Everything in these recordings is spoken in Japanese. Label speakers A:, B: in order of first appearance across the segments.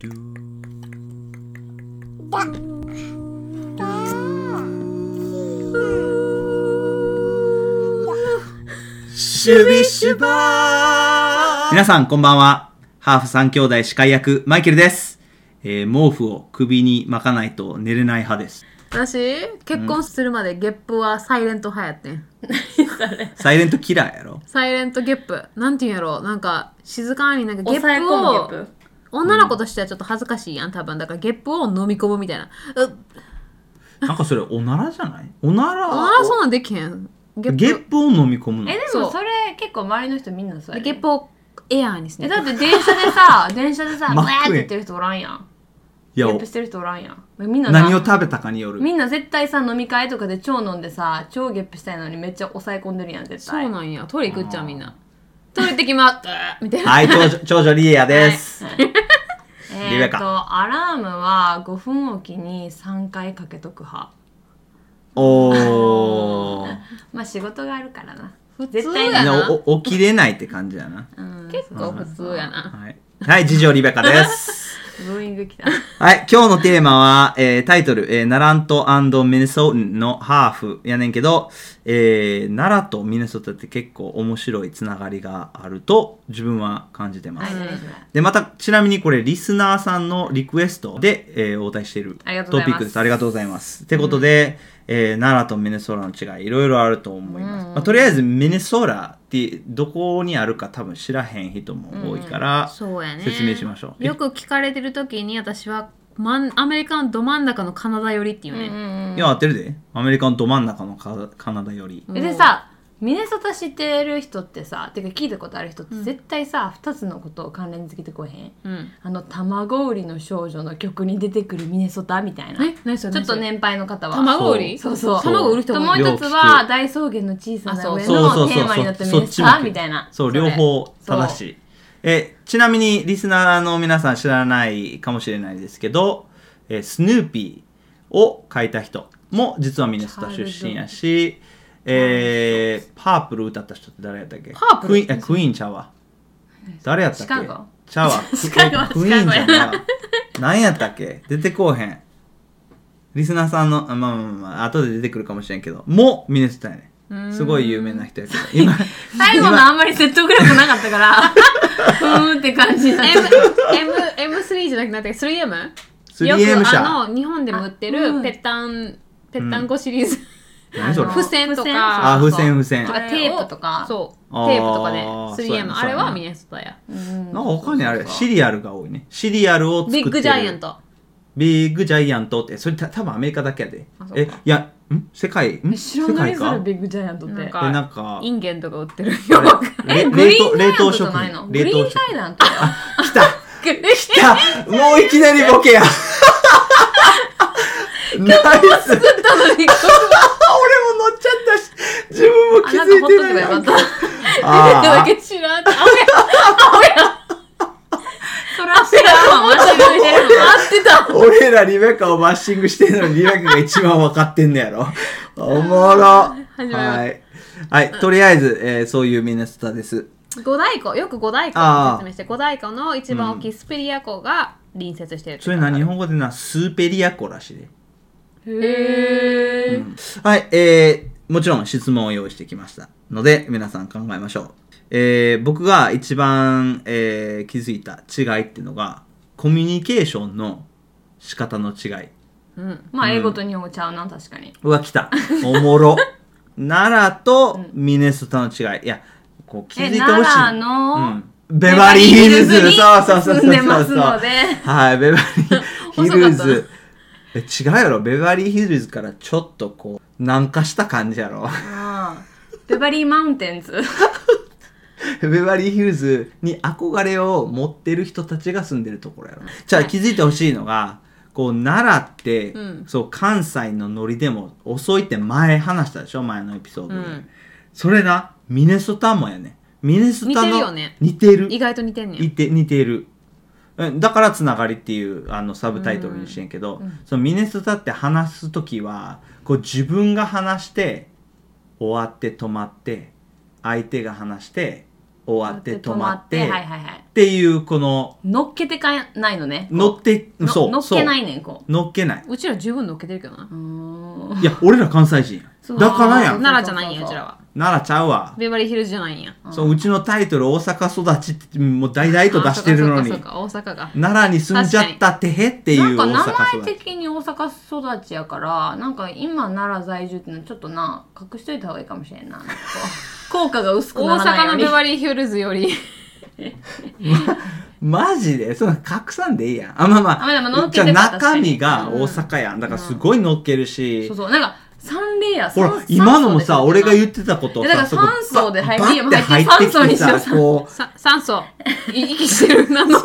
A: ドゥ
B: だだ
A: シュビシュバー皆さんこんばんは。ハーフ三兄弟司会役、マイケルです。えー毛布を首に巻かないと寝れない派です。
C: 私結婚するまでゲップはサイレント派やってん
A: サイレントキラーやろ
C: サイレントゲップなんていうんやろなんか静かになんかゲッ
B: 抑え
C: プ
B: 込むゲッ
C: を
B: プ
C: 女の子としてはちょっと恥ずかしいやん多分だからゲップを飲み込むみたいなうっ
A: なんかそれおならじゃないおなら
C: あらそんなんできへんゲップ
A: ゲップを飲み込むの
B: えで。
C: そ
B: も
C: う
B: それ結構周りの人みんなそうや
C: で
B: で
C: ゲップをエアーにすね
B: えだって電車でさ電車で
A: 真
B: さブ
A: っ
B: ワ
A: 暗や
B: ーって言ってる人おらんやん
A: いや
B: ゲッ、プしてる人おらんやんみんなな
A: 何を食べたかによる。
B: みんな絶対さ飲み会とかで超飲んでさ超ゲップしたいのにめっちゃ抑え込んでるやん絶
C: そ
B: 対
C: うなんやトイレ行くっちゃうみんなトイレ行ってきますうっみたいな
A: はい、長女長女リエアです。リ
B: え
A: ベ
B: っ
A: カ
B: とアラームは5分おきに3回かけとく派
A: おー。
B: まあ仕事があるからな
C: 普通
B: 絶対
C: や
B: だ
A: みん
C: な
A: なお起きれないって感じやな。
B: うん
C: 結構普通やな
A: はい、はい、次女リベカです。
B: ブーイング来た
A: はい、今日のテーマは、えータイトル、えー、ナラントミネソーンのハーフやねんけど、えー、奈良とミネソタって結構面白いつながりがあると自分は感じてま
B: はい
A: す。
B: お願いします
A: で、また、ちなみにこれ、リスナーさんのリクエストで、えー応対している
B: ありがとう
A: ト
B: ござ
A: ピ
B: い
A: ッ
B: ます
A: クです。ありがとうございます。ってことで、えー奈良とミネソーラの違い、いろいろあると思います。まあ、とりあえず、ミネソーラってどこにあるか多分知らへん人も多いから、
C: そうやね
A: 説明しましょう
C: よく聞かれてる時に私は真んアメリカのど真ん中のカナダ寄りっていうね、
A: いや、合ってるで。アメリカのど真ん中のカカナダより。
B: でさミネソタ知ってる人ってさてか聞いたことある人って絶対さ、二2つのことを関連づけてこえへん、
C: うん
B: あの卵売りの少女の曲に出てくるミネソタみたいな
C: え何それ
B: ちょっと年配の方は
C: 卵売り
B: そうそう
C: 卵売る人
B: と
C: も
B: もう
C: いる
B: 一つは大草原の小さな
C: あそう
B: 上
A: そうそ
B: の
A: う
B: テ
A: そう
B: ーマになったミ
A: そ
B: ネ
A: っち
B: ソ
A: も
B: タみたいな
A: そう
B: れ
A: 両方正し
B: そう
A: いえちなみにリスナーの皆さん知らないかもしれないですけど、えースヌーピーを書いた人も実はミネソタ出身やし、えー、パープル歌った人って誰やったっけ
C: パープル
A: クイーンえクイーンちゃうわ誰やったっけ
B: シカゴ
A: ちゃうわ
B: シカゴ
A: クイーンじ
B: シ
A: ゃな
B: カゴ
A: い
B: や
A: わ何やったっけ出てこうへんリスナーさんのあまあまあまあ後で出てくるかもしれんけどもミネソタやねすごい有名な人 やけど今
B: 最後のあんまり説得力なかったからふーんって感じになっ
C: M
B: た
C: M M3 じゃなくなったっけ 3M? よ
A: 3M
C: く
A: 社
C: あの日本でも売って
B: あう
C: る
B: ん
C: ぺったんぺったんこシリーズ、
A: 何それ
B: あの
C: 付箋とか
A: あ付箋付
B: と
A: 箋
B: かテープとか
C: そうテ
A: あー
C: ープとかで
A: そうやな
C: 3M
A: そうやな
C: あれはミネソタや
B: うん
A: なんか他にあれ
B: そうそうそう
A: シリアルが多いねシリアルを作って
C: ビ
A: る
C: ッグジャイアント
A: ビッグジャイアントってそれた多分アメリカだけやで
B: あそう
A: えい
B: か
A: やん世界ん
B: え知ら
A: 世
B: ない
A: 界
B: そ
A: か
B: れビッグジャイアントって
C: なんか
A: えなんか
C: インゲンとか売ってるよくわかんない
A: れ冷
B: え
A: 凍
B: グリーン
A: 冷
B: ライ
A: 凍
B: ド
A: 食品
B: じゃないの
A: 冷
B: グ
A: 凍
B: リ
A: 食品
B: ーンライダーって
A: 来た
C: グリーン
A: 来たもういきなりボケ やナイス俺も乗っちゃったし自分も
B: あ
A: 気
B: なんか
A: づい
B: ほっと
A: て
B: けば
A: ない
B: よかった
A: あー
C: だけ知らんってあ
B: それは知らんわ間違えてるわ
C: 合ってた
A: 俺らリベカをバッシングしてるのにリベカが一番分かってんのやろ。おもろ。
C: 始まります
A: はい。はい、とりあえず、えーそういうミネソタです。
C: 五大湖よく五大湖
A: あー
C: を説明して五大湖の一番大きいスペリア湖が隣接してる
A: それな、日本語でな、スーペリア湖らしいで。
B: へえ
A: はい、えーもちろん質問を用意してきましたので、皆さん考えましょう。えー僕が一番、えー気づいた違いっていうのが、コミュニケーションの仕方の違い。
C: うん、
B: まあ英語と日本語ちゃうな確かに
A: うわ、来た。おもろ。奈良とミネソタの違い。いや、こう気づいてほしい。
B: え奈良の
A: うん、ベバリーヒルズ。
B: ベバリーヒルズに
A: そうそうそうそうそう。
B: 住んでますので
A: はい、ベバリ ーヒル
C: 遅
A: ズ。え違うやろ、ベバリーヒルズからちょっとこう、南下した感じやろ。
B: ベバリーマウンテンズ
A: ベバリーヒルズに憧れを持ってる人たちが住んでるところやろ。じゃあ気づいてほしいのが、こう奈良って、
C: うん
A: そう関西のノリでも遅いって前話したでしょ前のエピソードで、
C: うん
A: それなミネソタもやねミネソタの
C: 似てるよね
A: 似てる
C: 意外と似てんねん
A: いて似てるうんだから「つながり」っていうあのサブタイトルにしてんけど、そのミネソタって話す時はこう自分が話して終わって止まって相手が話して終わって止まって
B: はいはいはい
A: っていうこの
B: 乗っけてかないのね
A: 乗って
B: の
A: そう
B: 乗っけない
A: そう
B: ねんこ
A: 乗っけないう
C: ちら十分乗っけてるけどな。
A: いや俺ら関西人やんだからやん
C: 奈良じゃないんや、
B: そうそ
C: うち
B: うそう
C: らは。
A: 奈良ちゃうわ
C: ベバリーヒルズじゃないんや。
A: そううちのタイトル大阪育ちってもう大々と出してるのに
C: あそうかそうかそうか大阪が。
A: 奈良に住んじゃったてへってい
B: なん
A: う
B: か
A: 大
B: 名
A: 阪
B: 前
A: 育ち
B: 的に大阪育ちやからなんか今奈良在住ってのはちょっとな隠しといた方がいいかもしれんななんかこう効果が薄くな
C: 大
B: らない
C: 阪
B: よう
C: の
B: に
C: ベバリーヒルズより。
A: マジでそんな隠さんでいいやんあまあま
B: あまあでも乗
A: あ
B: っ
A: じ
B: け
A: ゃあ
B: てた
A: 中身が大阪やんだからすごい乗っけるし、
B: そうそうなんか三レイヤー
A: ほら
B: 三
A: 今のもさ
B: 三層
A: 俺
B: ですよね
A: が言ってたことを
B: いやだ
A: さ
B: から酸素
A: すごい
B: で入
A: バッ
B: り
A: バッて入って
B: 酸素
A: きて
B: にしよう
A: さこう
C: さ酸素。い息してるな の。
B: 違う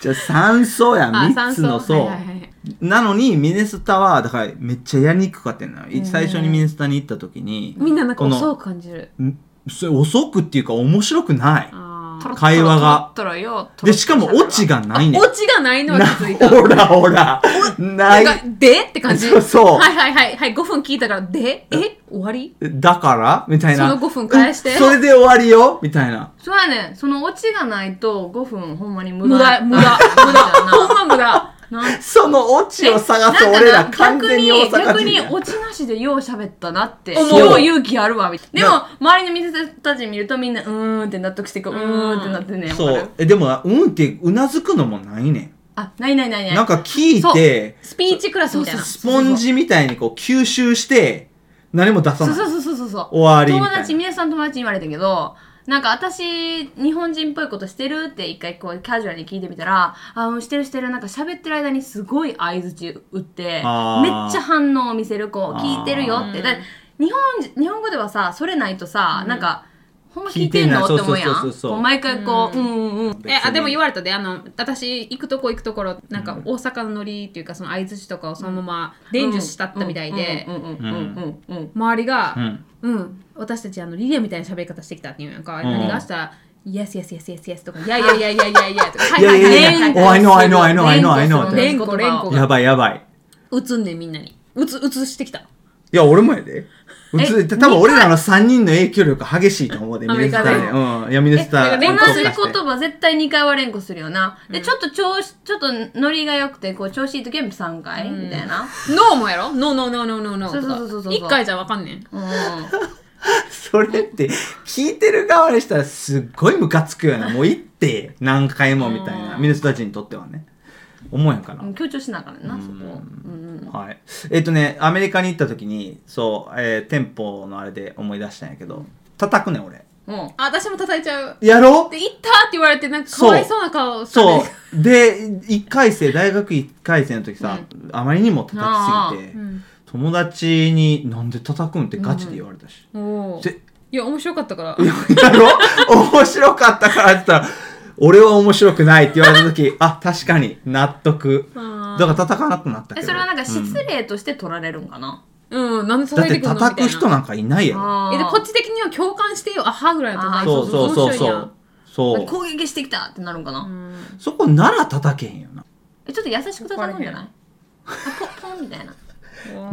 A: じゃあ酸素やん
C: あ
A: 3つの
C: 酸素
A: 層
C: はいはいはい
A: なのにミネスタはだからめっちゃやりにくかったのよい最初にミネスタに行った時に
C: みんななん
A: こ
C: か
A: の
C: そう感じる。
A: んそれ遅くっていうか面白くない
C: あ
B: トロットロ
A: 会話が
B: トロットロよ
A: でしかもオチ
B: が
A: がないね
C: ー。オチがないのは
A: な
C: きついか。
A: ほらほら な
C: ないんかでって感じ。
A: そうそう
C: はいはいはいはい。5分聞いたからでえ終わり
A: だからみたいな
C: その5分返して
A: うんそれで終わりよみたいな
B: そうやねんそのオチがないと5分ほんまに無
C: 無
B: 駄
C: 駄無駄無駄。 ほんま無駄。
B: なん
A: そのオチを探す俺ら完全に大阪
B: 逆に
A: 人
B: 逆にオチなしでよう喋ったなって
A: 思う
B: よう勇気あるわみたいなでも
A: な
B: 周りの店たち見るとみんなうーんって納得してこううーんってなってねわ
A: そ
B: か
A: う
B: る
A: えでもうんってうなずくのもないね
B: あないないない
A: んな
B: なんい
A: か聞いて
C: スピーチクラスみたいな。
A: スポンジみたいにこう吸収して何も出さ
B: そう
A: ない
B: そうそうそうそうそう
A: 終わりみ
B: 友
A: た
B: 達
A: いな
B: 皆さん友達に言われたけどなんか私日本人っぽいことしてるって一回こうカジュアルに聞いてみたら「あうんしてるしてる」なんか喋ってる間にすごい相槌打ってめっち
A: あー
B: ゃ反応を見せる子
A: あー
B: 聞いてるよってだ日本人日本語ではさそれないとさ、なんかほんま聞いてんのって
A: 聞いてんの
B: 思うやん
A: そうそうそうそう
B: こう毎回こう「うんうんうん」
C: えあでも言われたであの私行くとこ行くところなんか大阪のノリっていうかその相槌とかをそのまま伝授したったみたいで
B: うんうんうんうんうんうん
C: 周りが
A: うん
C: 「うん私たちあのリレーみたいな喋り方してきた」って言うやんか
A: ん
C: 何がしたら「イエスイエスイエスイエスイエス」とか「いやいやいやいやいやいや」とか「はい
A: いや
C: はいい
A: や
C: はいい
A: や
C: はいはい
A: お I know I know I know I know I know
C: 連呼連呼
A: やばいやばい
C: 打つんでみんなに打つ打つしてきた
A: いや俺もやでう
B: え
A: つ多分俺らの3人の影響力激しいと思うで
C: ア
A: ミネ
C: メリ
A: ス
C: カ
A: タ
C: で
A: でうんいやミネスタ
B: 同
A: に
B: じ
A: 特化して
B: 言葉絶対2回は連呼するよな。で、ちょっと調子、ちょっとノリが良くて、こう、調子いい時は3回、みたいな。
C: ノーもやろノーノーノーノーノーノー
B: そうそうそうそう
C: 1回じゃわかんねん
B: うん。
A: それって聞いてる側にしたらすっごいムカつくよなもう行って何回もみたいなミネスタ人にとってはね思うやんかな、
B: うん強調しながらな、そこ。うん
A: はいえっ、とねアメリカに行った時にそう、えー店舗のあれで思い出したんやけど叩くねん俺
B: うん。うん。
C: あ私も叩いちゃう
A: やろう
C: で「行った!」って言われてなんかかわいそうな顔したね
A: そうで1回生大学1回生の時さ、あまりにも叩きすぎて、
C: うん
A: 友達に「なんで叩くん?」ってガチで言われたし、
C: おー
A: ぜ
C: いや面白かったから
A: やろ面白かったからって言ったら「俺は面白くない」って言われた時あ確かに納得
C: あ
A: だ
C: ー
A: から叩かなくなったけ
B: え、
A: ど
B: それはなんか失
A: うん
B: 礼として取られるんかな。
C: うんなんで
A: だっ
C: 叩い
A: て
C: てくるのみたいな
A: 叩く人なんかいないやろ
B: あー
C: えでこっち的には共感してよあはぐらいの叩
B: あー
C: いて
A: そうそうそう
C: 面白
A: そ
C: いや
A: うんそう
B: 攻撃してきたってなるんかな。
C: うん
A: そこなら叩けへんよな
B: え、ちょっと優しく叩くんじゃないあポン、ポンみたいな。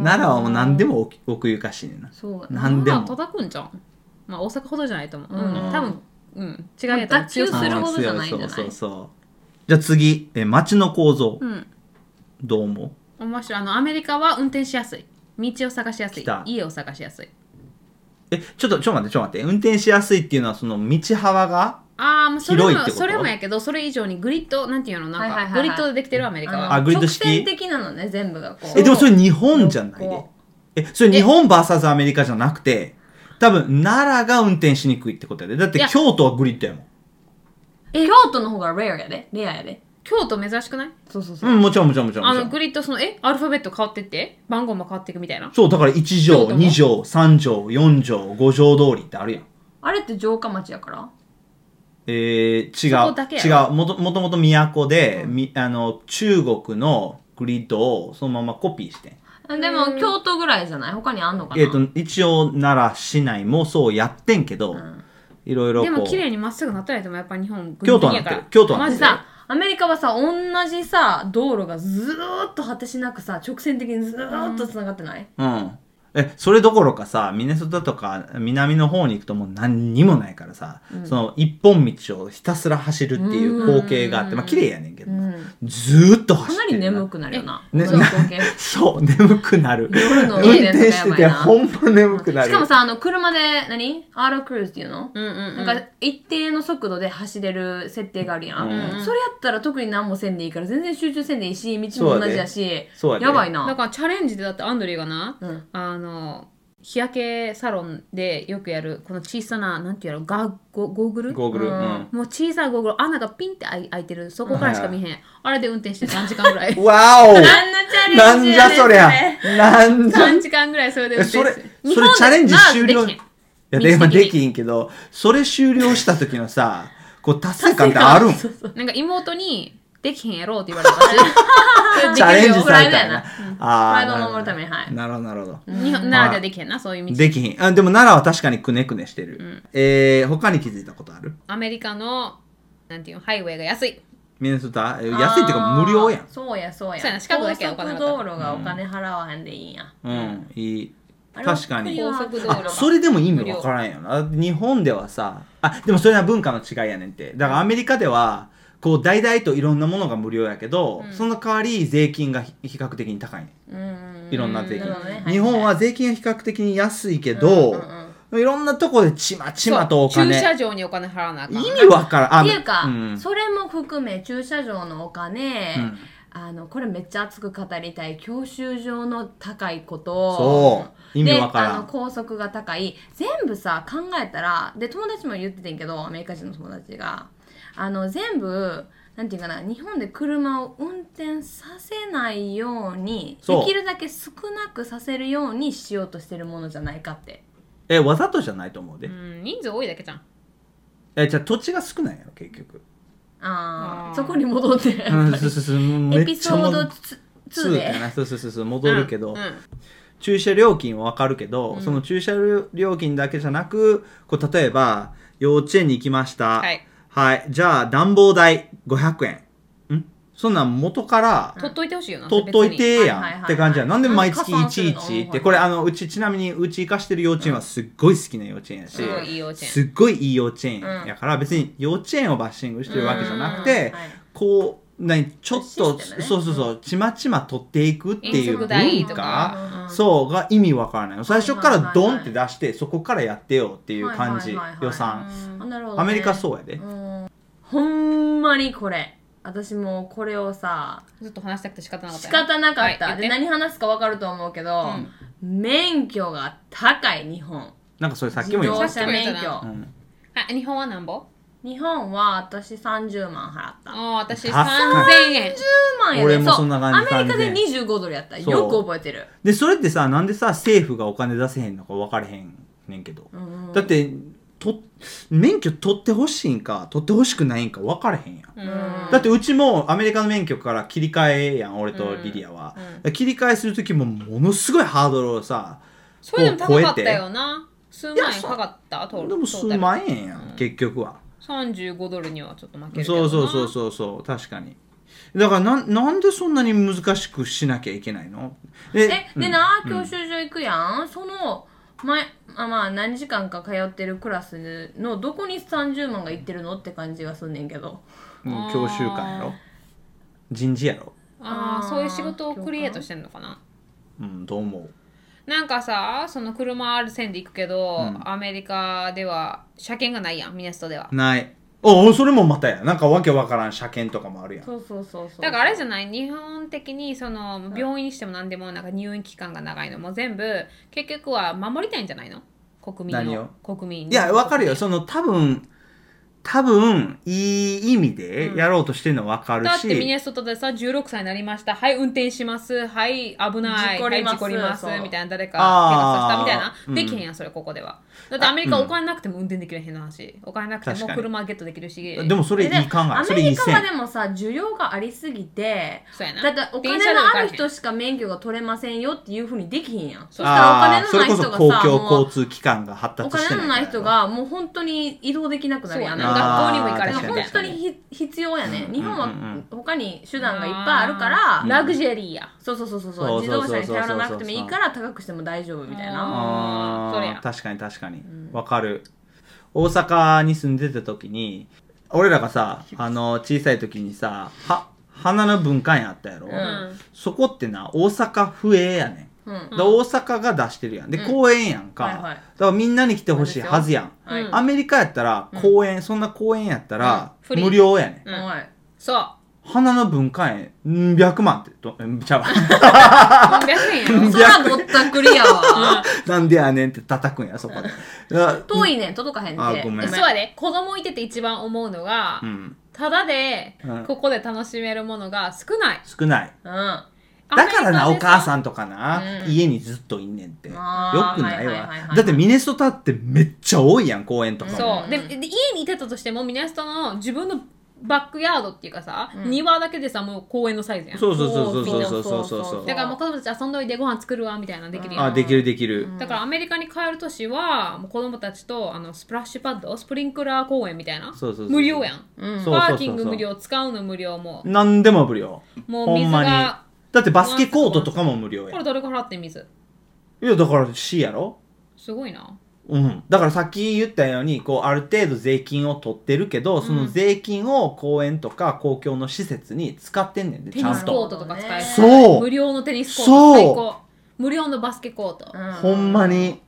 A: 奈良はもう何でも奥奥ゆかしいねんな
B: そう。
A: 何で
C: まあ
A: も
C: 叩くんじゃんまあ大阪ほどじゃないと思う
B: うん
C: うん多分うん違うや
B: まあ
C: つ強
B: 脱
C: さ
B: 臼する
A: あー
B: ほどじゃないんじ
A: 強
B: ゃない
A: そうそうそうじゃあ次え街の構造
C: うん
A: どう思う
C: 面白いあのアメリカは運転しやすい道を探しやす
A: 来
C: い
A: た
C: 家を探しやすい
A: えちょっとちょっと待ってちょっと待って運転しやすいっていうのはその道幅が
C: ああまあそれ
A: 広いってこ
C: も
A: と
C: それもやけどそれ以上にグリッドなんていうのなん
B: はいは
C: か
B: いはいは
C: グ
B: い
C: リッドでできてるアメリカ
A: あ
C: は
A: グリッド
B: 直
A: 式
B: 線的なのね、全部がこう。
A: えでもそれ日本じゃないで
B: こ
A: えそれ日本 VS アメリカじゃなくて多分奈良が運転しにくいってことやでだって
C: いや
A: 京都はグリッドやもん
B: え京都の方がレアやで。レアやで。
C: 京都珍しくない
B: そうそうそう
A: う。んもちろんもちろんもちろん
C: あ
A: も
C: の
A: ちろ
C: グ
A: ん
C: リッドそのえアルファベット変わってって番号も変わっていくみたいな
A: そうだから1
C: 京
A: 条
C: 都も
A: 2条3条4条5条通りってあるやん
B: あれって城下町やから
A: えー、違
C: そこだけ
A: う
C: や
A: 違うもともともと都で、みあの中国のグリッドをそのままコピーしてん
B: でも京都ぐらいじゃない他にあんのかな
A: えっ、と一応奈良市内もそうやってんけど、
B: ん
A: いろいろこう
C: でも綺麗にまっすぐなってないともやっぱ日本
A: 京都はなってる京都はな
C: マ
A: って
C: ジ
A: る
C: さ
B: さ アメリカはさ同じさ道路がずーっと果てしなくさ直線的にずーっとつながってない、
A: うん。えそれどころかさミネソタとか南の方に行くともう何にもないからさ、その一本道をひたすら走るっていう光景があってまあ綺麗やねんけど、ずーっと走
B: か
A: っ
B: な
A: て
B: り
A: る
B: 眠くなるよな。
A: ね
B: その光景
A: そう眠くなる
B: 夜の
A: 運
B: 運転
A: 転
B: と
A: し
B: か
A: て
B: やばい
A: て
B: な。
A: ほんま眠く なる
B: しかもさ、あの、車で、何アーロクルーズっていうの、
C: うんうんうん
B: なんか、一定の速度で走れる設定があるやん。
A: う
B: それやったら特に何もせんでいいから、全然集中せんでいいし、道
A: そう
B: も
A: や
B: 同
A: で
B: じやし、
A: そうやで
B: やばい
C: だ
B: な。
C: からチャレンジでだってアンドリーがな、
B: うん
C: あの日焼けサロンでよくやるこの小さななんていうのガゴゴーグル
A: ゴーグル、うん
C: もう小さいゴーグル穴がピンって開い開いてるそこからしか見えへん、あれで運転して3時間ぐらい
A: わお
B: 何のチャ
A: なんじゃそりゃなんじゃ
C: 3時間ぐらいそれで
A: え
C: 運転して
A: それ
C: 日
A: そ
C: 本
A: れ
C: で
A: チャレンジ終了
C: まあ
A: い
C: できへん
A: やで今
C: 道的に
A: できひんけどそれ終了した時のさこう達成感ってあるん
B: そうそう
C: なんか妹にできへんやろうって言わ れたから
A: チャレンジされ
B: プライド
A: た
B: や
A: ん
B: な
A: やあ
B: プライド
A: ー
B: を守るためにはい
A: なるほどなるほどなるほど
C: 日本ならではできへんなそういう道
A: できひんあでも奈良は確かにくねくねしてる、えー、他に気づいたことある
C: アメリカのなんていうのハイウェイが安い
A: ミネソタえ安いっていうか無料やん
B: そうやそうや。
C: そうやな近くだけはお
B: 高
C: 金
B: 速
C: 払った
B: 道路がお金払わへんでいいんや。
A: うんいい
B: あれは
A: 確かに
B: 国は
C: 高速道路
A: あそれでも意味わからんよな日本ではさあでもそれは文化の違いやねんってだからアメリカではこう大々といろんなものが無料やけど、その代わり税金がひ比較的に高いね
B: うん
A: いろんな税金、
B: なるほどね
A: 日本は税金が比較的に安いけど、
B: うんうん
A: いろんなとこでちまちまとお
C: そう駐車
A: 金
C: 場にお金払わなあかん
A: 意味わからんあ
B: っていうか、
A: ん
B: それも含め駐車場のお金、
A: うん
B: あのこれめっちゃ熱く語りたい教習所の高いこと
A: そう意味わから
B: であの
A: ん
B: 高速が高い全部さ考えたらで友達も言っててんけどアメリカ人の友達があの全部なんていうかな日本で車を運転させないように
A: そう
B: できるだけ少なくさせるようにしようとしてるものじゃないかって
A: えわざとじゃないと思うで、
C: うん人数多いだけじゃん
A: えじゃあ土地が少ないやろ結局、
B: あ
C: あ
B: ー
C: ー
B: そこに戻って
A: うん、そうそうそうめ
B: エ
A: っ
B: ピ
A: ち
B: ソ
A: ゃも
B: ー
A: う
B: ド2
A: 2
B: で
A: だよなそうそうそうそう戻るけど、
C: うんうん
A: 駐車料金はわかるけど、その駐車料金だけじゃなくこう例えば幼稚園に行きました
C: はい、
A: はいじゃあ暖房代500円んそんなん元から
C: 取っといてほしいよな
A: 取っといてや
B: はいはいは
A: ん
B: いはい
A: って感じやんなんで毎月いちい
B: 加算する
A: ち
B: の
A: ってこれあのうちちなみにうち行かしてる幼稚園はすっごい好きな幼稚園やし、
C: すごいいい幼稚園
A: すっごいいい幼稚園やから、別に幼稚園をバッシングしてるわけじゃなくて、
B: うんはい
A: こう何ちょっと、
B: システムね
A: そうそうそうちまちま取っていくっていう
C: 遠足
A: 文
C: 代と
A: 化
C: か
B: うんうん
A: そうが意味わからないの最初か
B: はい
A: ら
B: はいはい
A: ド
B: はい
A: ンって出してそこからやってよっていう感じ、
B: はいはいはいはい
A: 予算、
B: あなるほどね、
A: アメリカそうやで、
B: うんほんまにこれ私もうこれをさ
C: ずっと話したくて仕方なかった
B: 仕
C: よ
B: 方なかった、
C: はい
B: で
C: 言って
B: 何話すか分かると思うけど、免許が高い日本
A: なんかそれさっき
B: 自
A: も言っ
B: 動
A: た
B: 車免許、
A: うん
C: あ日本は何本
B: 日本は私30万払った
C: ああ私
A: 高い
C: 3000円
B: 30万やで
A: 俺もそんな感じ
B: そうアメリカで
A: 3000
B: 25ドルやった
A: そう
B: よく覚えてる
A: でそれってさなんでさ政府がお金出せへんのか分からへんねんけど、だってと免許取ってほしいんか取ってほしくないんか分からへんやん
C: うん
A: だってうちもアメリカの免許から切り替えやん俺とリリアは、切り替えする時もものすごいハードルをさ
C: それでも高かったよな数万円かかった
A: で
C: トー
A: も数万円やん、結局は
C: 35ドルにはちょっと負けるけど
A: そう
C: な
A: そうそうそうそう確かにだからなんなんでそんなに難しくしなきゃいけないのえ
B: えでな、教習所行くやん、その前あまあ何時間か通ってるクラスのどこに30万が行ってるのって感じがすんねんけど
A: うん教習官やろ人事やろ
C: ああそういう仕事をクリエイトしてんのかな
A: うんどう思う
C: なんかさその車ある線で行くけど、アメリカでは車検がないやんミネストでは
A: ないおおそれもまたやなんかわけわからん車検とかもあるやん
B: そうそうそうそう
C: だからあれじゃない日本的にその病院にしても何でもなんか入院期間が長いのも全部結局は守りたいんじゃないの国民
A: 何を
C: の国民の
A: いや、わかるよ。その、多分、多分、いい意味でやろうとしてるのわかる
C: だっ
A: し、
C: てミネソタでさ16歳になりましたはい運転しますはい危ない
B: 事故りま
C: はい、事
B: す
C: 故ります
B: そう
C: みたいな誰か怪我させ
A: あー
C: たみたいな、
A: うん
C: できへんやんそれここではだってアメリカお金なくても運転できるへんの話お金なくて
A: 確
C: も
A: かに
C: 車ゲットできるし
A: でもそれいい
B: で
A: 考え。
B: ア
A: そ
B: メ
A: れい
B: リ
A: い
B: カ
A: 線
B: は。でもさ需要がありすぎて
C: そうやな
B: だってお金
C: 電車で
B: の
C: は
B: ある
C: 行かれへ
B: 人
C: ん
B: しか免許が取れませんよっていうふうにできひんやんそしたらお金
A: ああー、
B: の
A: そ
B: な
A: れ
B: い
A: こ
B: 人
A: そ
B: が
A: 公
B: さも
A: 共
B: う
A: 交通機関が発
B: お
A: 達して
B: 金のない人
A: からやろ。
B: がもう本当に移動できなくなるや
C: そ
B: ん
C: うやな学校にも行か
A: あ
C: れて
A: 確
C: る
A: か
B: 本
A: に
B: 当にひ必要やね、
A: うん
B: 日本
A: うんうんう
B: は
A: ん
B: 他に手段がいっぱいあるから、
C: ラグジュアリーや
B: そうそうそうそう
A: そう
B: そう
A: そう
B: 自
A: そう
B: 動車に頼らなくてもいいから高くしても大丈夫みたいな
A: あ
C: そり
A: ー
C: ゃ
A: 確かに確かにわ、かる大阪に住んでた時に俺らがさあの小さい時にさは花の文化園あったやろ、
B: うん
A: そこってな大阪府営やねん
B: うん、
A: で大阪が出してるやんで、公園やんか、
B: はいはい
A: だからみんなに来てほしいはずやん、
B: はい、
C: うん
A: アメリカやったら公園、そんな公園やったら
C: うんフリー
A: 無料やねん、
C: うん
B: おい
C: そう
A: 花の文化園ん100万ってどんちゃう わ
C: 300円やろ
B: そらぼったくりやわ
A: なんでやねんって叩くんやそこでだから
B: 遠いねん届かへん
A: あ
B: って
A: ごめん
C: そうやで子供いてて一番思うのが、
A: うん
C: ただで
A: うん
C: ここで楽しめるものが少ない、
A: 少ない
B: うんあ
A: だからな、
C: ア
A: お
C: メリカで
A: 母
C: さ
A: さんとかな、
B: うん
A: 家にずっといんねんって。よく
B: あー
A: ない
B: はいはいはい
A: わ
B: は。い
A: だってミネソタってめっちゃ多いやん、公園とかも。
C: そうでで家にいてたとしてもミネストの自分のバックヤードっていうかさ、
B: うん
C: 庭だけでさもう公園のサイズやん
A: そうそうそうそうそうそうそう
B: そうそうそうそう
C: だからもう子供たち遊んどいてご飯作るわみたいなのできるやん
A: あ、できるできる。
C: だからアメリカに帰る年はもう子供たちとあのスプラッシュパッドスプリンクラー公園みたいな
A: そうそうそう
C: 無料やん、
B: うん
A: そう
C: パーキング無料使うの無料もう
A: なんでも無料。
C: もう
A: ほ
C: 水
A: んまに。
C: が
A: だってバスケコートとかも無料
C: こ
A: や
C: れ
A: ん。
C: どれからって水
A: いや、だから C やろ
C: すごいな
A: うん、だからさっき言ったようにこうある程度税金を取ってるけどその税金を公園とか公共の施設に使ってんねんで、
C: テ
A: ちゃ
C: ニ
A: ん
C: スコー
A: と
C: トとか使える
A: そう
C: 無料のテニスコー
A: そう
C: ト最高無料のバスケコート、
B: う
A: ほんまに、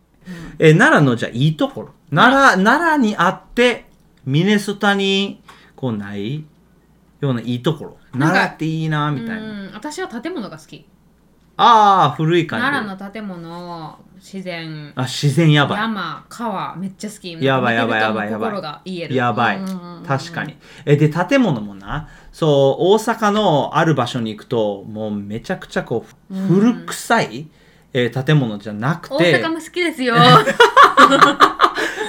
A: えー奈良のじゃあいいところ奈良奈良にあってミネソタにこうないようないいところ
C: んか
A: 奈良っていいなみ
C: う
A: たいな、
C: ん私は建物が好き
A: ああ古い感じ
C: 奈良の建物自然
A: あ自然やばい
C: 山川めっちゃ好き
A: やばいやばい
C: なんか
A: やばいや
C: 見てると
A: ばい
C: 心が癒える
A: やばい確かにえで建物もなそう大阪のある場所に行くともうめちゃくちゃこう古臭い、えー建物じゃなく
C: 大
A: て
C: 阪も好きです よ、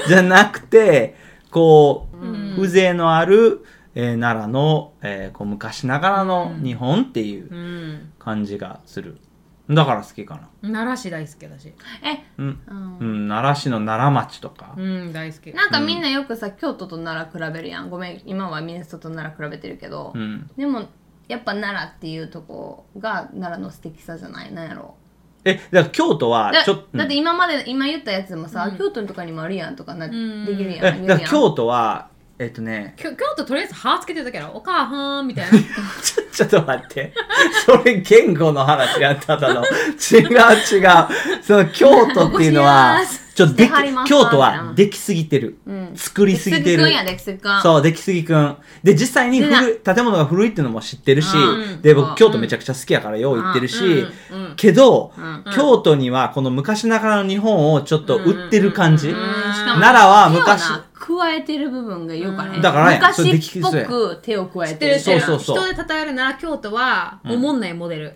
A: じゃなくてこう、
C: うん
A: 風情のある、えー奈良の、えーこう昔ながらの日本っていう
C: うん、
A: 感じがするだから好きかな、
C: 奈良市大好き私
B: え、
A: うん
B: うん
A: うん、奈良市の奈良町とか、
C: うん大好き
B: なんかみんなよくさ京都と奈良比べるやんごめん今はミネソタと奈良比べてるけど、
A: うん、
B: でもやっぱ奈良っていうとこが奈良の素敵さじゃないなんやろ
A: えだから京都は
B: だ
A: ちょっと
B: だって今まで今言ったやつもさ、京都とかにもあるやんとかな、
C: ん
B: できる
A: え
B: やん
A: だから
B: 言うやん
A: 京都はえっ、とね
C: きょ京都とりあえず歯つけてるだけやろお母はんみたいな
A: ちょちょっと待って。それ言語の話やっただの。違う違う。その京都っていうのは
B: ごしや、す
A: ちょっとでき
B: してはります
A: 京都はできすぎてる。
B: ん
A: 作りすぎてる
B: 出来すぎくんや。出来すぎくん
A: そう、できすぎくん。で、実際に古い、建物が古いっていうのも知ってるし
B: う、ん
A: で、
B: う
A: 僕
B: ん
A: 京都めちゃくちゃ好きやからよう行ってるし
C: うんうん、
A: けど
B: ん、
A: 京都にはこの昔ながらの日本をちょっと売ってる感じ。
B: うんしかも
A: 奈良は
B: 手を
A: 昔、
B: な加えてる部分がよくある
A: だからやんそれ
B: 昔
A: 出来すぎ
B: っぽ
A: そうやん
B: く手を加えて
A: 知ってるそうそうそう
C: 人で例えるなら京都はおもんないモデル、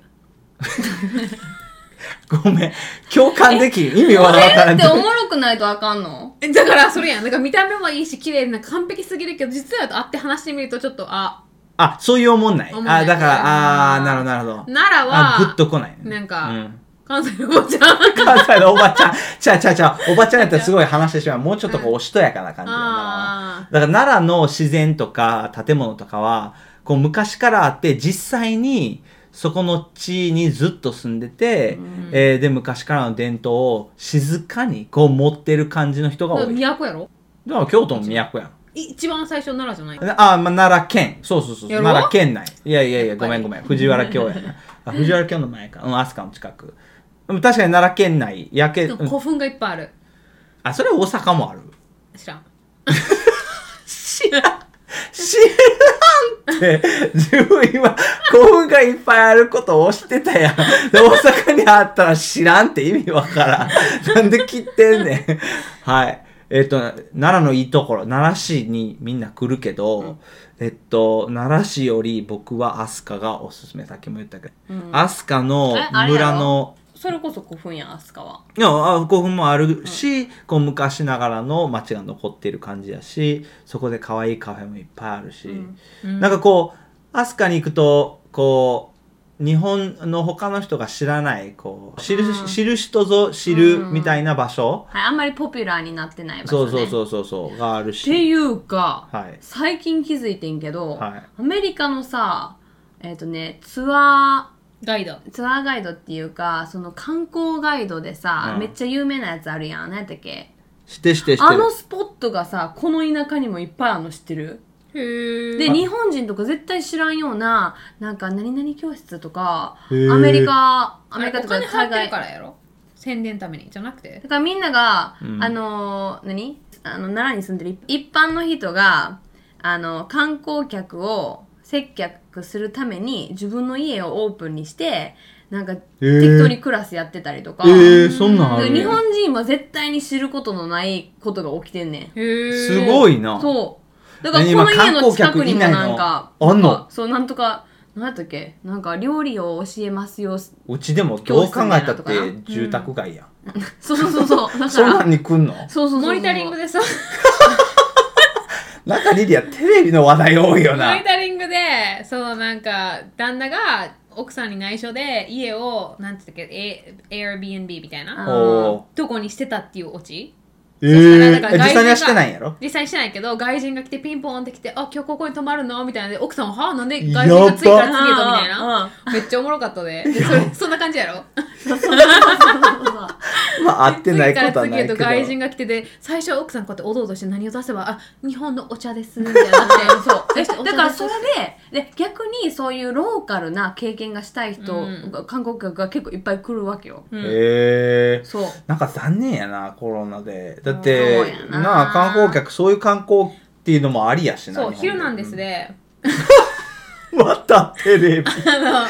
A: ごめん、共感できん意味わ
B: モデ
A: からん
B: ルっておもろくないとあかんの
C: えだからそれやんだから見た目もいいし綺麗な完璧すぎるけど実は会って話してみるとちょっとあ
A: あ、そういう思んない。
C: おもんない
A: あ、だから、あー、なるほど、なるほど。
C: 奈良は
A: あ、グッと来ないね。
C: なんか
A: うん
C: 関西のおばちゃん
A: 関西のおばちゃん、ちゃうちゃうちゃう、おばちゃんやったらすごい話してしまう。もうちょっとこう、おしとやかな感じだな
C: あ。
A: だから奈良の自然とか建物とかは、こう昔からあって、実際にそこの地にずっと住んでて、えーで、昔からの伝統を静かにこう持ってる感じの人が多い。だか
C: 都やろ
A: ら京都も都やん。
C: い一番最初奈良じゃない
A: あ、まあ、奈良県。そうそうそう。
C: やろ
A: 奈良県内。いやいやいや、ご
C: ぱり
A: めんごめん。藤原京やな。あ藤原京の前か。うん、飛鳥の近く。でも確かに奈良県内。やけ、
C: でも
A: うん
C: 古墳がいっぱいある
A: あ、それ大阪もある。
C: 知らん
A: 知らん。知らんって、自分今、古墳がいっぱいあることをしてたやん。で、大阪にあったら知らんって意味わからん。なんで切ってんねん。はい。えっと、奈良のいいところ、奈良市にみんな来るけど、えっと、奈良市より僕は飛鳥がおすすめ、さっきも言ったけど、飛鳥の
B: えあれや
A: 村
B: ろ
A: の、
B: それこそ古墳やん飛鳥はい
A: やあ古墳もあるし、こう昔ながらの街が残ってる感じやしそこで可愛いカフェもいっぱいあるし、なんかこう飛鳥に行くとこう日本の他の人が知らないこう知る,、知る人ぞ知るみたいな場所、
B: はい、あんまりポピュラーになってない場
A: そ
B: 所、
A: う
B: ね、
A: そうそうそうそうがあるし
B: っていうか、
A: はい
B: 最近気づいてんけど、
A: はい
B: アメリカのさえっ、とねツア
C: ガイド。
B: ーツアーガイドっていうかその観光ガイドでさ、
A: うん
B: めっちゃ有名なやつあるやん何やったっけ
A: してしてして
B: あの
A: る
B: スポットがさこの田舎にもいっぱいあるの知ってる
C: へ
B: で日本人とか絶対知らんようななんか何々教室とかア
A: へー
B: メリカア
C: ア
B: メ
C: メ
B: リ
C: リ
B: カ
C: カ
B: と
C: と
B: か
C: か海
B: 海外
C: 外
B: だ
C: か
B: から
C: やろ宣伝ためにじゃなくて。
B: らみんなが、
A: うん
B: あのー何あの奈良に住んでる一般の人があの観光客を接客するために自分の家をオープンにしてなんか適
A: ー
B: 当にクラスやってたりとか、
A: えー、そんなんあ
B: で
A: るん
B: 日
A: や
B: 本人は絶対に知ることのないことが起きてんねん。
A: す
C: す
A: ごいな
B: そう。だから
A: ね
B: こ
A: 今
B: の家の近くにもなんか
A: 観、光客いないのあんの
B: なかそう、なんとか、なんやったっけなんか料理を教えますよ。 そう
A: ちでもどう考えたっ
B: 教室みたいなの
A: て住宅街やん、
B: うそうそ うそう。だ
A: そ
B: か
A: んな
B: ら、
A: んに来んの
B: そうそうそうそう。
C: モニタリングでさ、
A: なんかリリアテレビの話題多いよ
C: モ
A: な
C: ニタリングで、そのなんか、旦那が奥さんに内緒で家を、なんて言ったっけ、A- Airbnb みたいな、
B: あ
A: お
C: どこにしてたっていうオチ
A: ーえ
C: したらなん
A: ー
C: か
A: え実
C: 外
A: 際
C: 人が
A: にはしてないんやろ
C: 実際にしてないけど、外人が来てピンポンって来て、あ、今日ここに泊まるのみたいなので、奥さんは、はあ、なんで外人が着いたら
B: うん
C: つけとみたいな。
B: うん
C: めっちゃおもろかったで。でそれそんな感じやろ
A: まあ会ってないことはない
C: 次から次
A: け
C: へと
A: ど
C: 外人が来てて最初は奥さんこうやっておどおどして何を出せばあ日本のお茶ですみたいになって そう
B: えだからそれでで逆にそういうローカルな経験がしたい人、
C: う
B: 観光客が結構いっぱい来るわけよ。
C: うん
A: えー、
B: そう。
A: なんか残念やなコロナでだっ
B: そう
A: て
B: や
A: な
B: な
A: あ観光客そういう観光っていうのもありやしな
C: そう
A: 日
C: ヒ
A: 本
C: ルナンデスで、
A: またテレビ
C: あのあ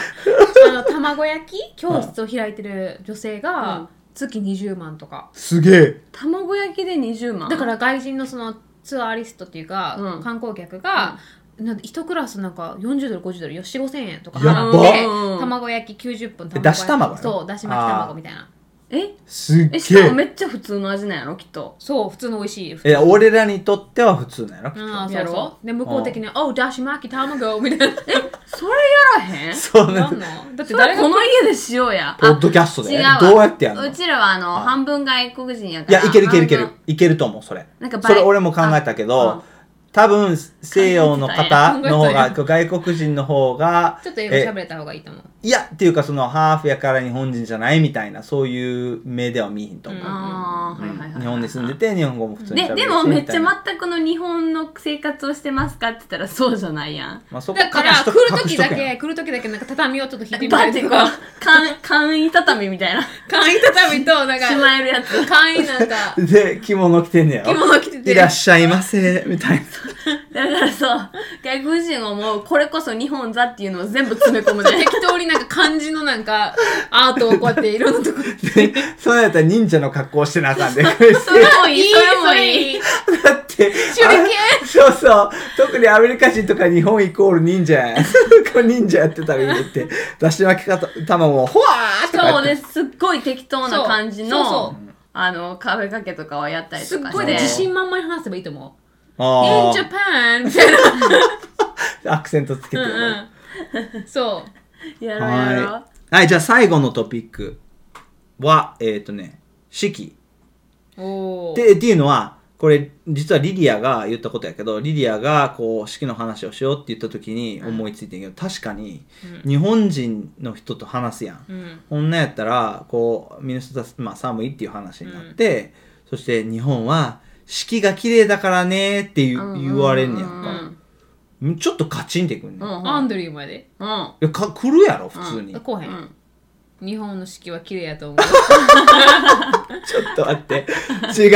C: の卵焼き教室を開いてる女性
B: うん
C: が月20万とか
A: すげえ
B: 卵焼きで20万。
C: だから外人のそのツアーリストっていうか、
B: うん
C: 観光客が、なんで一クラスなんか40ドル50ドルよし5000円とか
A: や
C: 払
A: っば
C: って
B: うん
C: 卵焼き90分
A: だし卵やろ
C: そうだし巻き卵みたいな
B: え
A: すっげ
B: え、しかも
A: え
B: めっちゃ普通の味なんやろ、きっと。
C: そう普通の美味しい
A: え俺らにとっては普通なんやろきっと
C: ああそ
B: や
C: う
B: ろ
C: そうで向こう的に「おうだし巻き卵」みたいな
B: それやらへん
A: そうね
C: なんのだって
B: それ
C: 誰が
B: この家でしようや。
A: ポッドキャストで
B: 違うわ
A: どうやってやるの
B: うちらはあの、
A: はい
B: 半分外国人や
A: い
B: から
A: やいけるいけるいけ
B: あ
A: る
B: の
A: いけると思うそれ
B: なんかバイ
A: それ俺も考えたけ
B: あう
A: ど
B: ん
A: 多分西洋の方の方が
C: 考え
A: 外国人の方が
C: ちょっと英語喋れた方がいいと思う
A: いやっていうかそのハーフやから日本人じゃないみたいなそういう目では見えへんと思う、
C: うん
B: あーはいはいはい
A: 日本に住んでて日本語も普通に喋
B: で
A: るし
B: でもめっ
A: みた
B: ち
A: いな
B: ゃ全くの日本の生活をしてますかって言ったらそうじゃないや ん
A: まあ、そこ
C: だから来
A: 隠
C: る
A: しと
C: 時だ
A: 隠し
C: け来る時だけなんか畳をちょっと引いてみ
B: バ
C: た
B: ッ
C: り
B: てことう
C: か
B: 簡 簡易畳みたいな し
C: 簡易畳となんか
B: まえるやつ
C: 簡易なんか
A: とけよで着物着てんねやろ
C: 着物着てて
A: いらっしゃいませみたいな
B: だからそう外国人はもうこれこそ日本座っていうのを全部詰め込む ね
C: 適当になんか漢字のなんかアートをこうやっていろんなところに
A: でそうやったら忍者の格好してなあかんでだっ
B: それもいいそれも
C: そ
B: いい
C: れいい
A: て
C: 手裏剣
A: あそうそう特にアメリカ人とか日本イコール忍者や こう忍者やってたらいいって出し巻き方卵をほわーっ
B: し
A: と
B: か
A: か
B: も
A: や
B: ね
A: って
B: すっごい適当な感じ
C: そう
B: の
C: そう
B: あの壁掛けとかをやったり
C: す
B: と
C: っ
B: かし
C: ご
B: て
C: いね自信満々に話せばいいと思う「
A: あ
C: In
A: ー
C: Japan」みた いな
A: アクセントつけてる、
C: うんうんそう
B: やろうやろう
A: はいはいじゃあ最後のトピックはえっ、とね四季
C: おー
A: でっていうのはこれ実はリリアが言ったことやけどリリアがこう式の話をしようって言った時に思いついてんけど、確かに日本人の人と話すやん、
C: うん
A: 女やったらこうミネソタ、まあ、寒いっていう話になって、そして日本は四季が綺麗だからねっていう
B: うんうんうん
A: 言われんねやん
C: う
A: か、
C: ん
A: ちょっとカチンってくんね、
B: うん
A: い
C: アンドリューまで
B: うん
A: やか来るやろ普通に、
C: こうへ
B: うんん
C: 日本の式は綺麗やと思う
A: ちょっと待って違う違う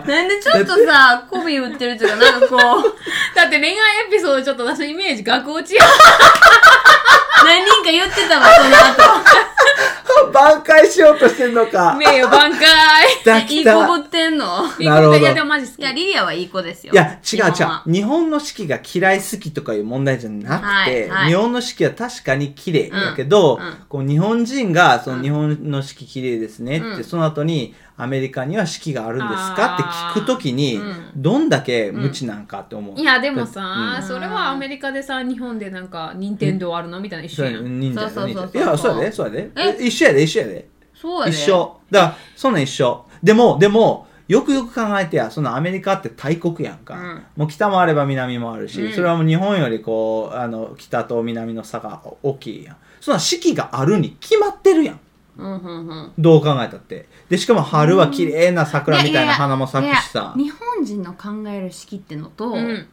B: なんでちょっとさ、コビ売ってるっていうか、なんかこう、
C: だって恋愛エピソードちょっと私のイメージ額落ちや
B: 何人か言ってたわ、その後。
A: 挽回しようとしてんのか
C: 名誉挽回
A: 来た
B: い
A: 来
B: いこ
A: た
B: ぶって
D: ってんの
A: なるほど
C: いやでもマジ好き
D: いや、リリアはいい子ですよ。
A: いや、違う違
D: 日本は
A: う。日本の四季が嫌い好きとかいう問題じゃなくて、
D: はいはい
A: 日本の四季は確かに綺麗だけど、
C: うんうん
A: こう日本人が、その日本の四季綺麗ですねって、
C: うん
A: その後に、アメリカには四季があるんですかって聞くときに、
C: あー
A: どんだけ無知なんかって思う。
C: いやでもさ、
D: うん
C: それはアメリカでさ日本でなんか任天堂あるのみたいな一
A: そ
C: 緒
A: う
C: や
A: やね
C: ん
A: 忍者や
D: そうそうそうそう
A: 忍者いや、そうやで、そうやで。
D: え
A: え一緒やで、一緒やで。
D: そうやで
A: 一緒。だから、そんなん一緒。でも、でも、よくよく考えてや、そのアメリカって大国やんか。
C: うん
A: もう北もあれば南もあるし、
C: うん
A: それはもう日本よりこう、あの、北と南の差が大きいやん。そんな四季があるに決まってるやん。
C: うんうんうん
A: どう考えたって。で、しかも春は綺麗な桜みたいな花も咲くしさ
B: いや。いや日本人の考える式ってのと、
C: うん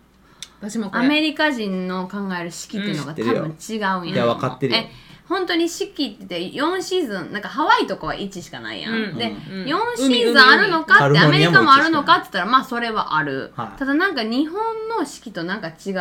C: 私もこ
B: ア
C: れ
B: メリカ人の考える式っての
A: う
B: が
A: ん知
B: 多
A: ってるよ
B: 分違うんや
A: いやわかってるよ
B: え本当に四季って4シーズンなんかハワイとかは1しかないやん、
C: うん
B: で、
C: うん
B: 4シーズンあるのかっ
A: 海
B: て
A: 海
B: アメリカもあ
A: カルフォルニアも一しかない
B: るのかって言ったらまあそれはある、
A: はい
B: ただなんか日本の式となんか違
C: 違う
B: う
C: よ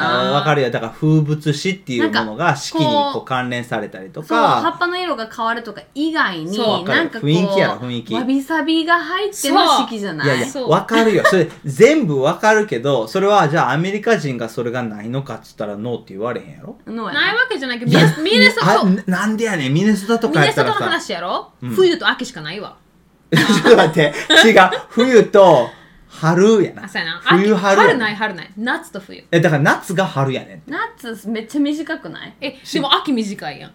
C: な
A: あーわかるよ。だから風物詩っていうものが四季に
B: なんかこう
A: こう関連されたりと
B: そう葉
A: か。
B: っぱの色が変わるとか以外に
A: そうわかる
B: なんかこう
A: 雰囲気やろ雰囲気
B: わびさびが入っての式じゃない
A: いやいや、
C: そう
A: わかるよ。それ、全部わかるけど、それは、じゃあアメリカ人がそれがないのかっつったらノーって言われへんやろ
B: のやな
C: ないわけじゃないけどミネミネソ
A: あ
C: タミ
A: ななんでやねん、ミネソタとか
C: ネ
A: やっ
C: ソタ
A: た
C: の
A: らさ。
C: 話やろ、
A: ん
C: 冬と秋しかないわ
A: ちょっと待って、違う。冬と春やな。
C: あそうやな
A: 冬
C: 秋
A: 春や
C: 春ない春ない夏と冬
A: え、だから夏が春やねん。
B: 夏めっちゃ短くない
C: えでも秋短いやん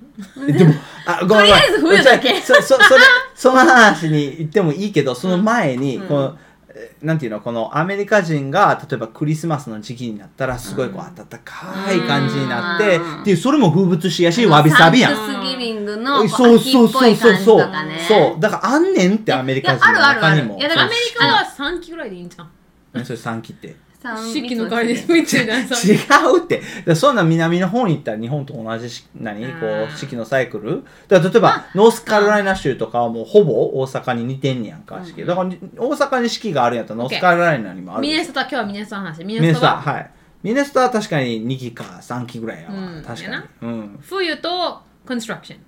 A: えでも、あ、ごめんごめん。
B: とりあえず冬だけ
A: じゃあそ、そ、 それ、その話に行ってもいいけど、その前に、この、えなんていうのこのアメリカ人が例えばクリスマスの時期になったらすごいこう暖かい感じになって、
B: うん
A: っていうそれも風物詩やしわびさびやん
B: サンクスギビングのこ
A: う
B: うん
A: そう
B: 秋
A: そう
B: っぽ
A: そう
B: い
A: そう
B: 感じと
A: そう
B: かね
A: そうだからあんねんってアメリカ人の
B: いやあるあ
A: 中
B: る
A: にも
B: いやだ
C: ア
B: から
C: メリカは3期ぐらいでいいんじゃん
A: そうそれ3期って
B: 三
C: 四季の帰り道みたいなさ
A: 違うってだからそんな南の方に行ったら日本と同じし何
C: うん
A: こう四季のサイクルだから例えばノースカロライナ州とかはもうほぼ大阪に似てんねやんか四季だからに大阪に四季があるんやったらノースカロライナにもある
C: ミ
A: で
C: ネ
A: しょ
C: ソタ今日はミネソタの話ミ
A: ミネ
C: ネ
A: ソ
C: ソ
A: タ
C: タは
A: はいミネソタは確かに2期か3期ぐらいやわ、
C: うん
A: 確
C: や
A: かに
C: な、
A: うん、
C: 冬とコンストラクション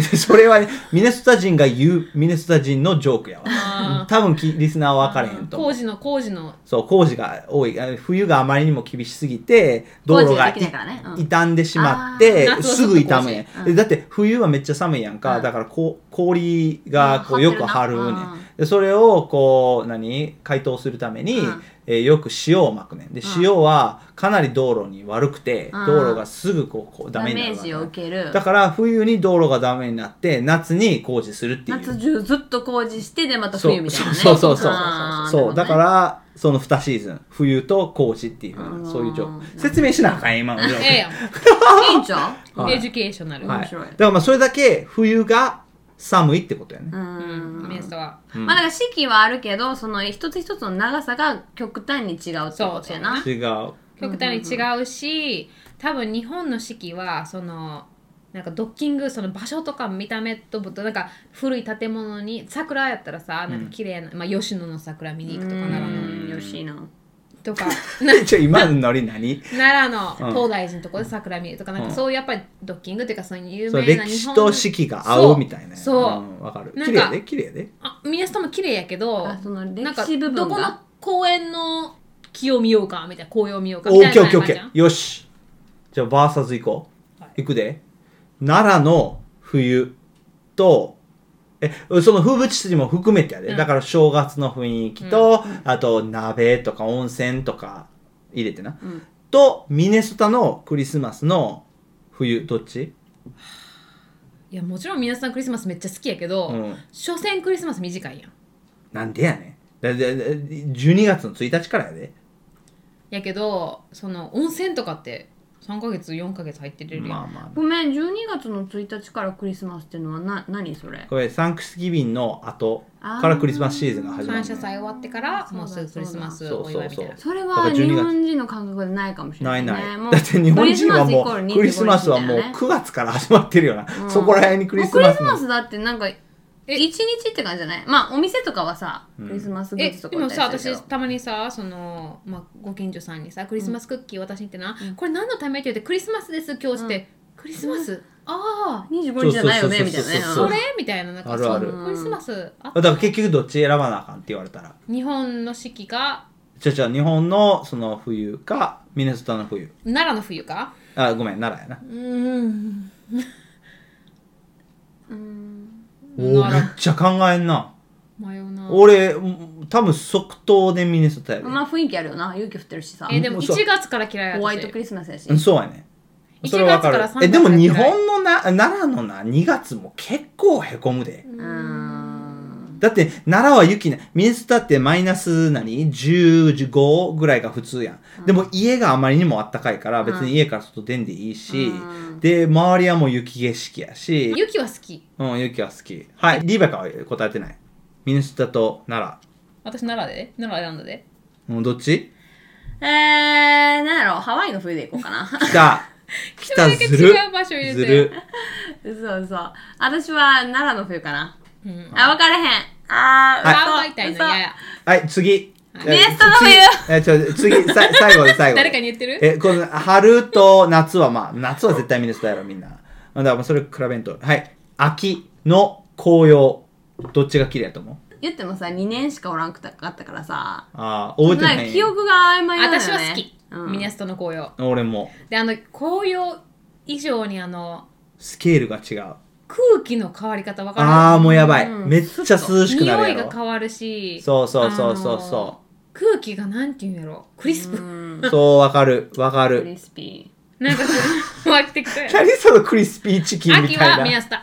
A: それはねミネソタ人が言うミネソタ人のジョークや
C: あ
A: わ多分きリスナーは分かれへんと思う
C: 工事の工事の
A: そう工事が多いあ冬があまりにも厳しすぎて道路がい
B: 工事ができないからねうん
A: 傷んでしまって
C: あー
A: すぐ傷むやん
C: 夏
A: でだって冬はめっちゃ寒いやんか、だからこう氷がこ
B: う
A: うんよく張るね
B: 張ってる
A: ん
B: な
A: でそれをこう何解凍するために、
B: うん
A: えーよく塩をまくねんで塩はかなり道路に悪くて、
B: うん
A: 道路がすぐこうこうダ
B: ダ
A: メにな
B: メ
A: る
B: ージを
A: わ
B: 受ける
A: けだから冬に道路がダメになって夏に工事するっていう
B: 夏中ずっと工事してでまた
A: そう
B: 冬みたいなね
A: そうそうそう
B: あー
A: そうだか
B: なる
A: らその2シーズン冬と高知っていうふう
B: あ
A: な
B: ー
A: そういう状況説明しなあかん今の状況
C: ええやん
B: ほどねいいんちゃ
A: はい
C: エデュケーショナル、
A: はい
B: 面白い
A: だからまあそれだけ冬が寒いってことやね
B: うう
C: うんん、ミネソタは
A: うん
B: まあだから四季はあるけどその一つ一つの長さが極端に違うってことやな
A: 違う
C: 極端に違うし、多分日本の四季はそのなんかドッキングその場所とか見た目となんか古い建物に桜やったらさなんか綺麗な、まあ吉野の桜見に行くとか奈良の
B: うんよしいな
C: とか
A: ちょ今のノリ 何
C: 奈
A: う
C: 良
A: ん
C: の東大寺のとこで桜見るとか、なん
A: う
C: か
A: ん
C: そういうやっぱりドッキングっていうかそういう有
A: そう
C: 名な
A: 歴
C: 日
A: 史
C: 本
A: と四季が合うみたいな
C: そうそうん
A: わかる
C: なん
A: 綺
C: か
A: 麗やで綺麗やで
C: あミネソタも綺麗やけど
B: あその歴
C: なんか
B: 史部
C: ど
B: 分
C: この
B: が
C: 公園の木を見ようかみたいな紅葉を見ようかみ
A: オ
C: た
A: ー
C: い
A: ケー
C: な
A: オッケーオ
C: 感
A: ッ
C: じ
A: ケ
C: じゃ
A: ー
C: ん
A: よしじゃあバーサス行こう、行くで奈良の冬とえその風物詩も含めてやで、
C: うん
A: だから正月の雰囲気と、あと鍋とか温泉とか入れてな、
B: ん
A: とミネソタのクリスマスの冬どっち
C: いやもちろん皆さんクリスマスめっちゃ好きやけど、
A: うん
C: 所詮クリスマス短いやん
A: なんでやねんだだだ12月の1日からやで
C: やけどその温泉とかって3ヶ月4ヶ月入ってるやん、
A: まあまあ
B: ごめん12月の1日からクリスマスってのはな何それ
A: これサンクスギビンの後からクリスマスシーズンが始まる
C: 感
A: ね
C: 謝祭終わってからもうすぐクリスマスお祝いみたいな
A: そう
B: それ
A: だか
B: は
A: ら12
B: 日
A: 月
B: 本人の感覚でないかもしれ
A: な
B: ないい、ね。
A: ない、
B: もう
A: だって日本人はも
B: クリスマスイコール
A: う
B: 25
A: クリスマスはもう
B: 日みたいなね
A: 9月から始まってるよな、
B: うん
A: そこら辺にクリス
B: も
A: マ
B: う
A: ス
B: クリス
A: の
B: マスだってなんか1日って感じじゃないまあお店とかはさ、クリスマスグ
C: え
B: ッズと
C: で
B: か売っ
C: もさ
B: たりする
C: 私
B: けど
C: たまにさその、まあ、ご近所さんにさクリスマスクッキー渡しに行ってな、これ何のためって言ってクリスマスです今日って、クリスマスああ
E: 25日じゃないよねみたいなね
A: そうそうそうそう
E: う
C: こ
E: ん
C: れみたいななんか
A: あるある
C: そうクリスマスあ
A: だから結局どっち選ばなあかんって言われたら
C: 日本の四季が
A: じゃあじゃあ日本のその冬かミネソタの冬
C: 奈良の冬か
A: あごめん奈良やな
C: うん
A: おおめっ
C: 奈
A: ちゃ考えんな
C: 良迷うな
A: 俺多分即答でミネソタやで、
E: まあ雰囲気あるよな勇気降ってるしさ
C: えーでも
A: そう
C: 1月から嫌い
E: ホワイト
C: 私
E: クリスマスやし
A: うん、そうやね
C: 1
A: それわかる
C: 月から3
A: えでも
C: 月
A: 日
C: ぐらい
A: 本のな奈良のな2月も結構へこむで
E: うん
A: だって奈良は雪ねミネソタってマイナス何15ぐらいが普通やん、でも家があまりにもあったかいから別に家から外出んでいいし、で周りはもう雪景色やし、
C: 雪は好き
A: うん、雪は好きはいリーベカは答えてないミネソタと奈
C: 私奈良で奈良選んだで
A: 良もうどっち
E: えー、なんやろハワイの冬で行こうかな
A: 来た来た
C: 一人だけ
A: ずる
C: 違う場所入れて
A: ずる
E: そうそう私は奈良の冬かな、
C: ん
E: あ分からへんあー、
C: あ
E: 嘘
C: あみたいな嫌や
A: はい次
E: ミネソタの冬
A: えちょ次さ最後で最後で
C: 誰かに言ってる
A: えこの春と夏はまあ夏は絶対ミネソタやろみんなだからもうそれ比べんとはい秋の紅葉どっちが綺麗やと思う
E: 言ってもさ2年しかおらんくたかったからさ
A: ああ覚えて
E: なん
A: な
E: か
A: い
E: 記憶が曖昧なのよね
C: 私は好き
E: うん
C: ミネストの紅葉
A: 俺も
C: であの紅葉以上にあの
A: スケールが違う
C: 空気の変わり方わかる
A: ああもうやばい、
E: うん
A: めっちゃ涼しくなる
C: 匂
A: や
C: いが
A: ろ
C: 変わるし
A: そうそうそうそう
C: あの
A: そ
C: 空気がなんていうんやろクリス
E: う
C: プ
E: ん
A: うそうわかるわか
E: ク
A: る
E: リスピ
C: なんかこ う湧いてきたやろ
A: 何そのクリスピーチキンみ
C: 秋
A: た
C: は
A: い
C: ミネ
A: な
C: スタ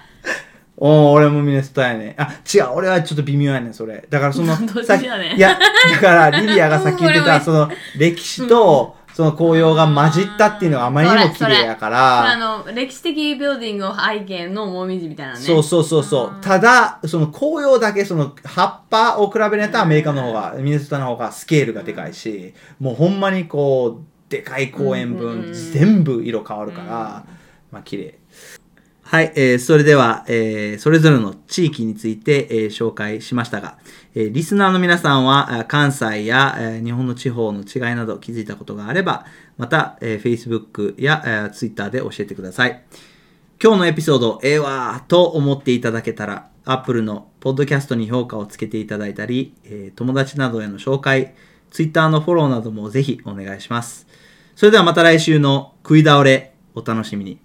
A: おー俺もミネスタやねあ違う俺はちょっと微妙やねんそれだからその
E: どっち
A: さっき
E: やねん
A: いやだからリリアがさっき言って
C: 俺
A: た
C: は
A: その歴史とその紅葉が混じったっていうのがあまりにも綺麗やか
E: ーあ
A: ら
E: の歴史的ビルディングを背景のもみじみたいなね
A: そうそうそうそうただその紅葉だけその葉っぱを比べるとアメリカの方がミネソタの方がスケールがでかいしもうほんまにこうでかい公園分全部色変わるからまあ綺麗はい、えーそれでは、えーそれぞれの地域について、えー紹介しましたが、えーリスナーの皆さんはあー関西や、えー日本の地方の違いなど気づいたことがあればまた、えー Facebook や、えー Twitter で教えてください今日のエピソードええわーと思っていただけたら Apple のポッドキャストに評価をつけていただいたり、えー友達などへの紹介 Twitter のフォローなどもぜひお願いしますそれではまた来週の食い倒れお楽しみに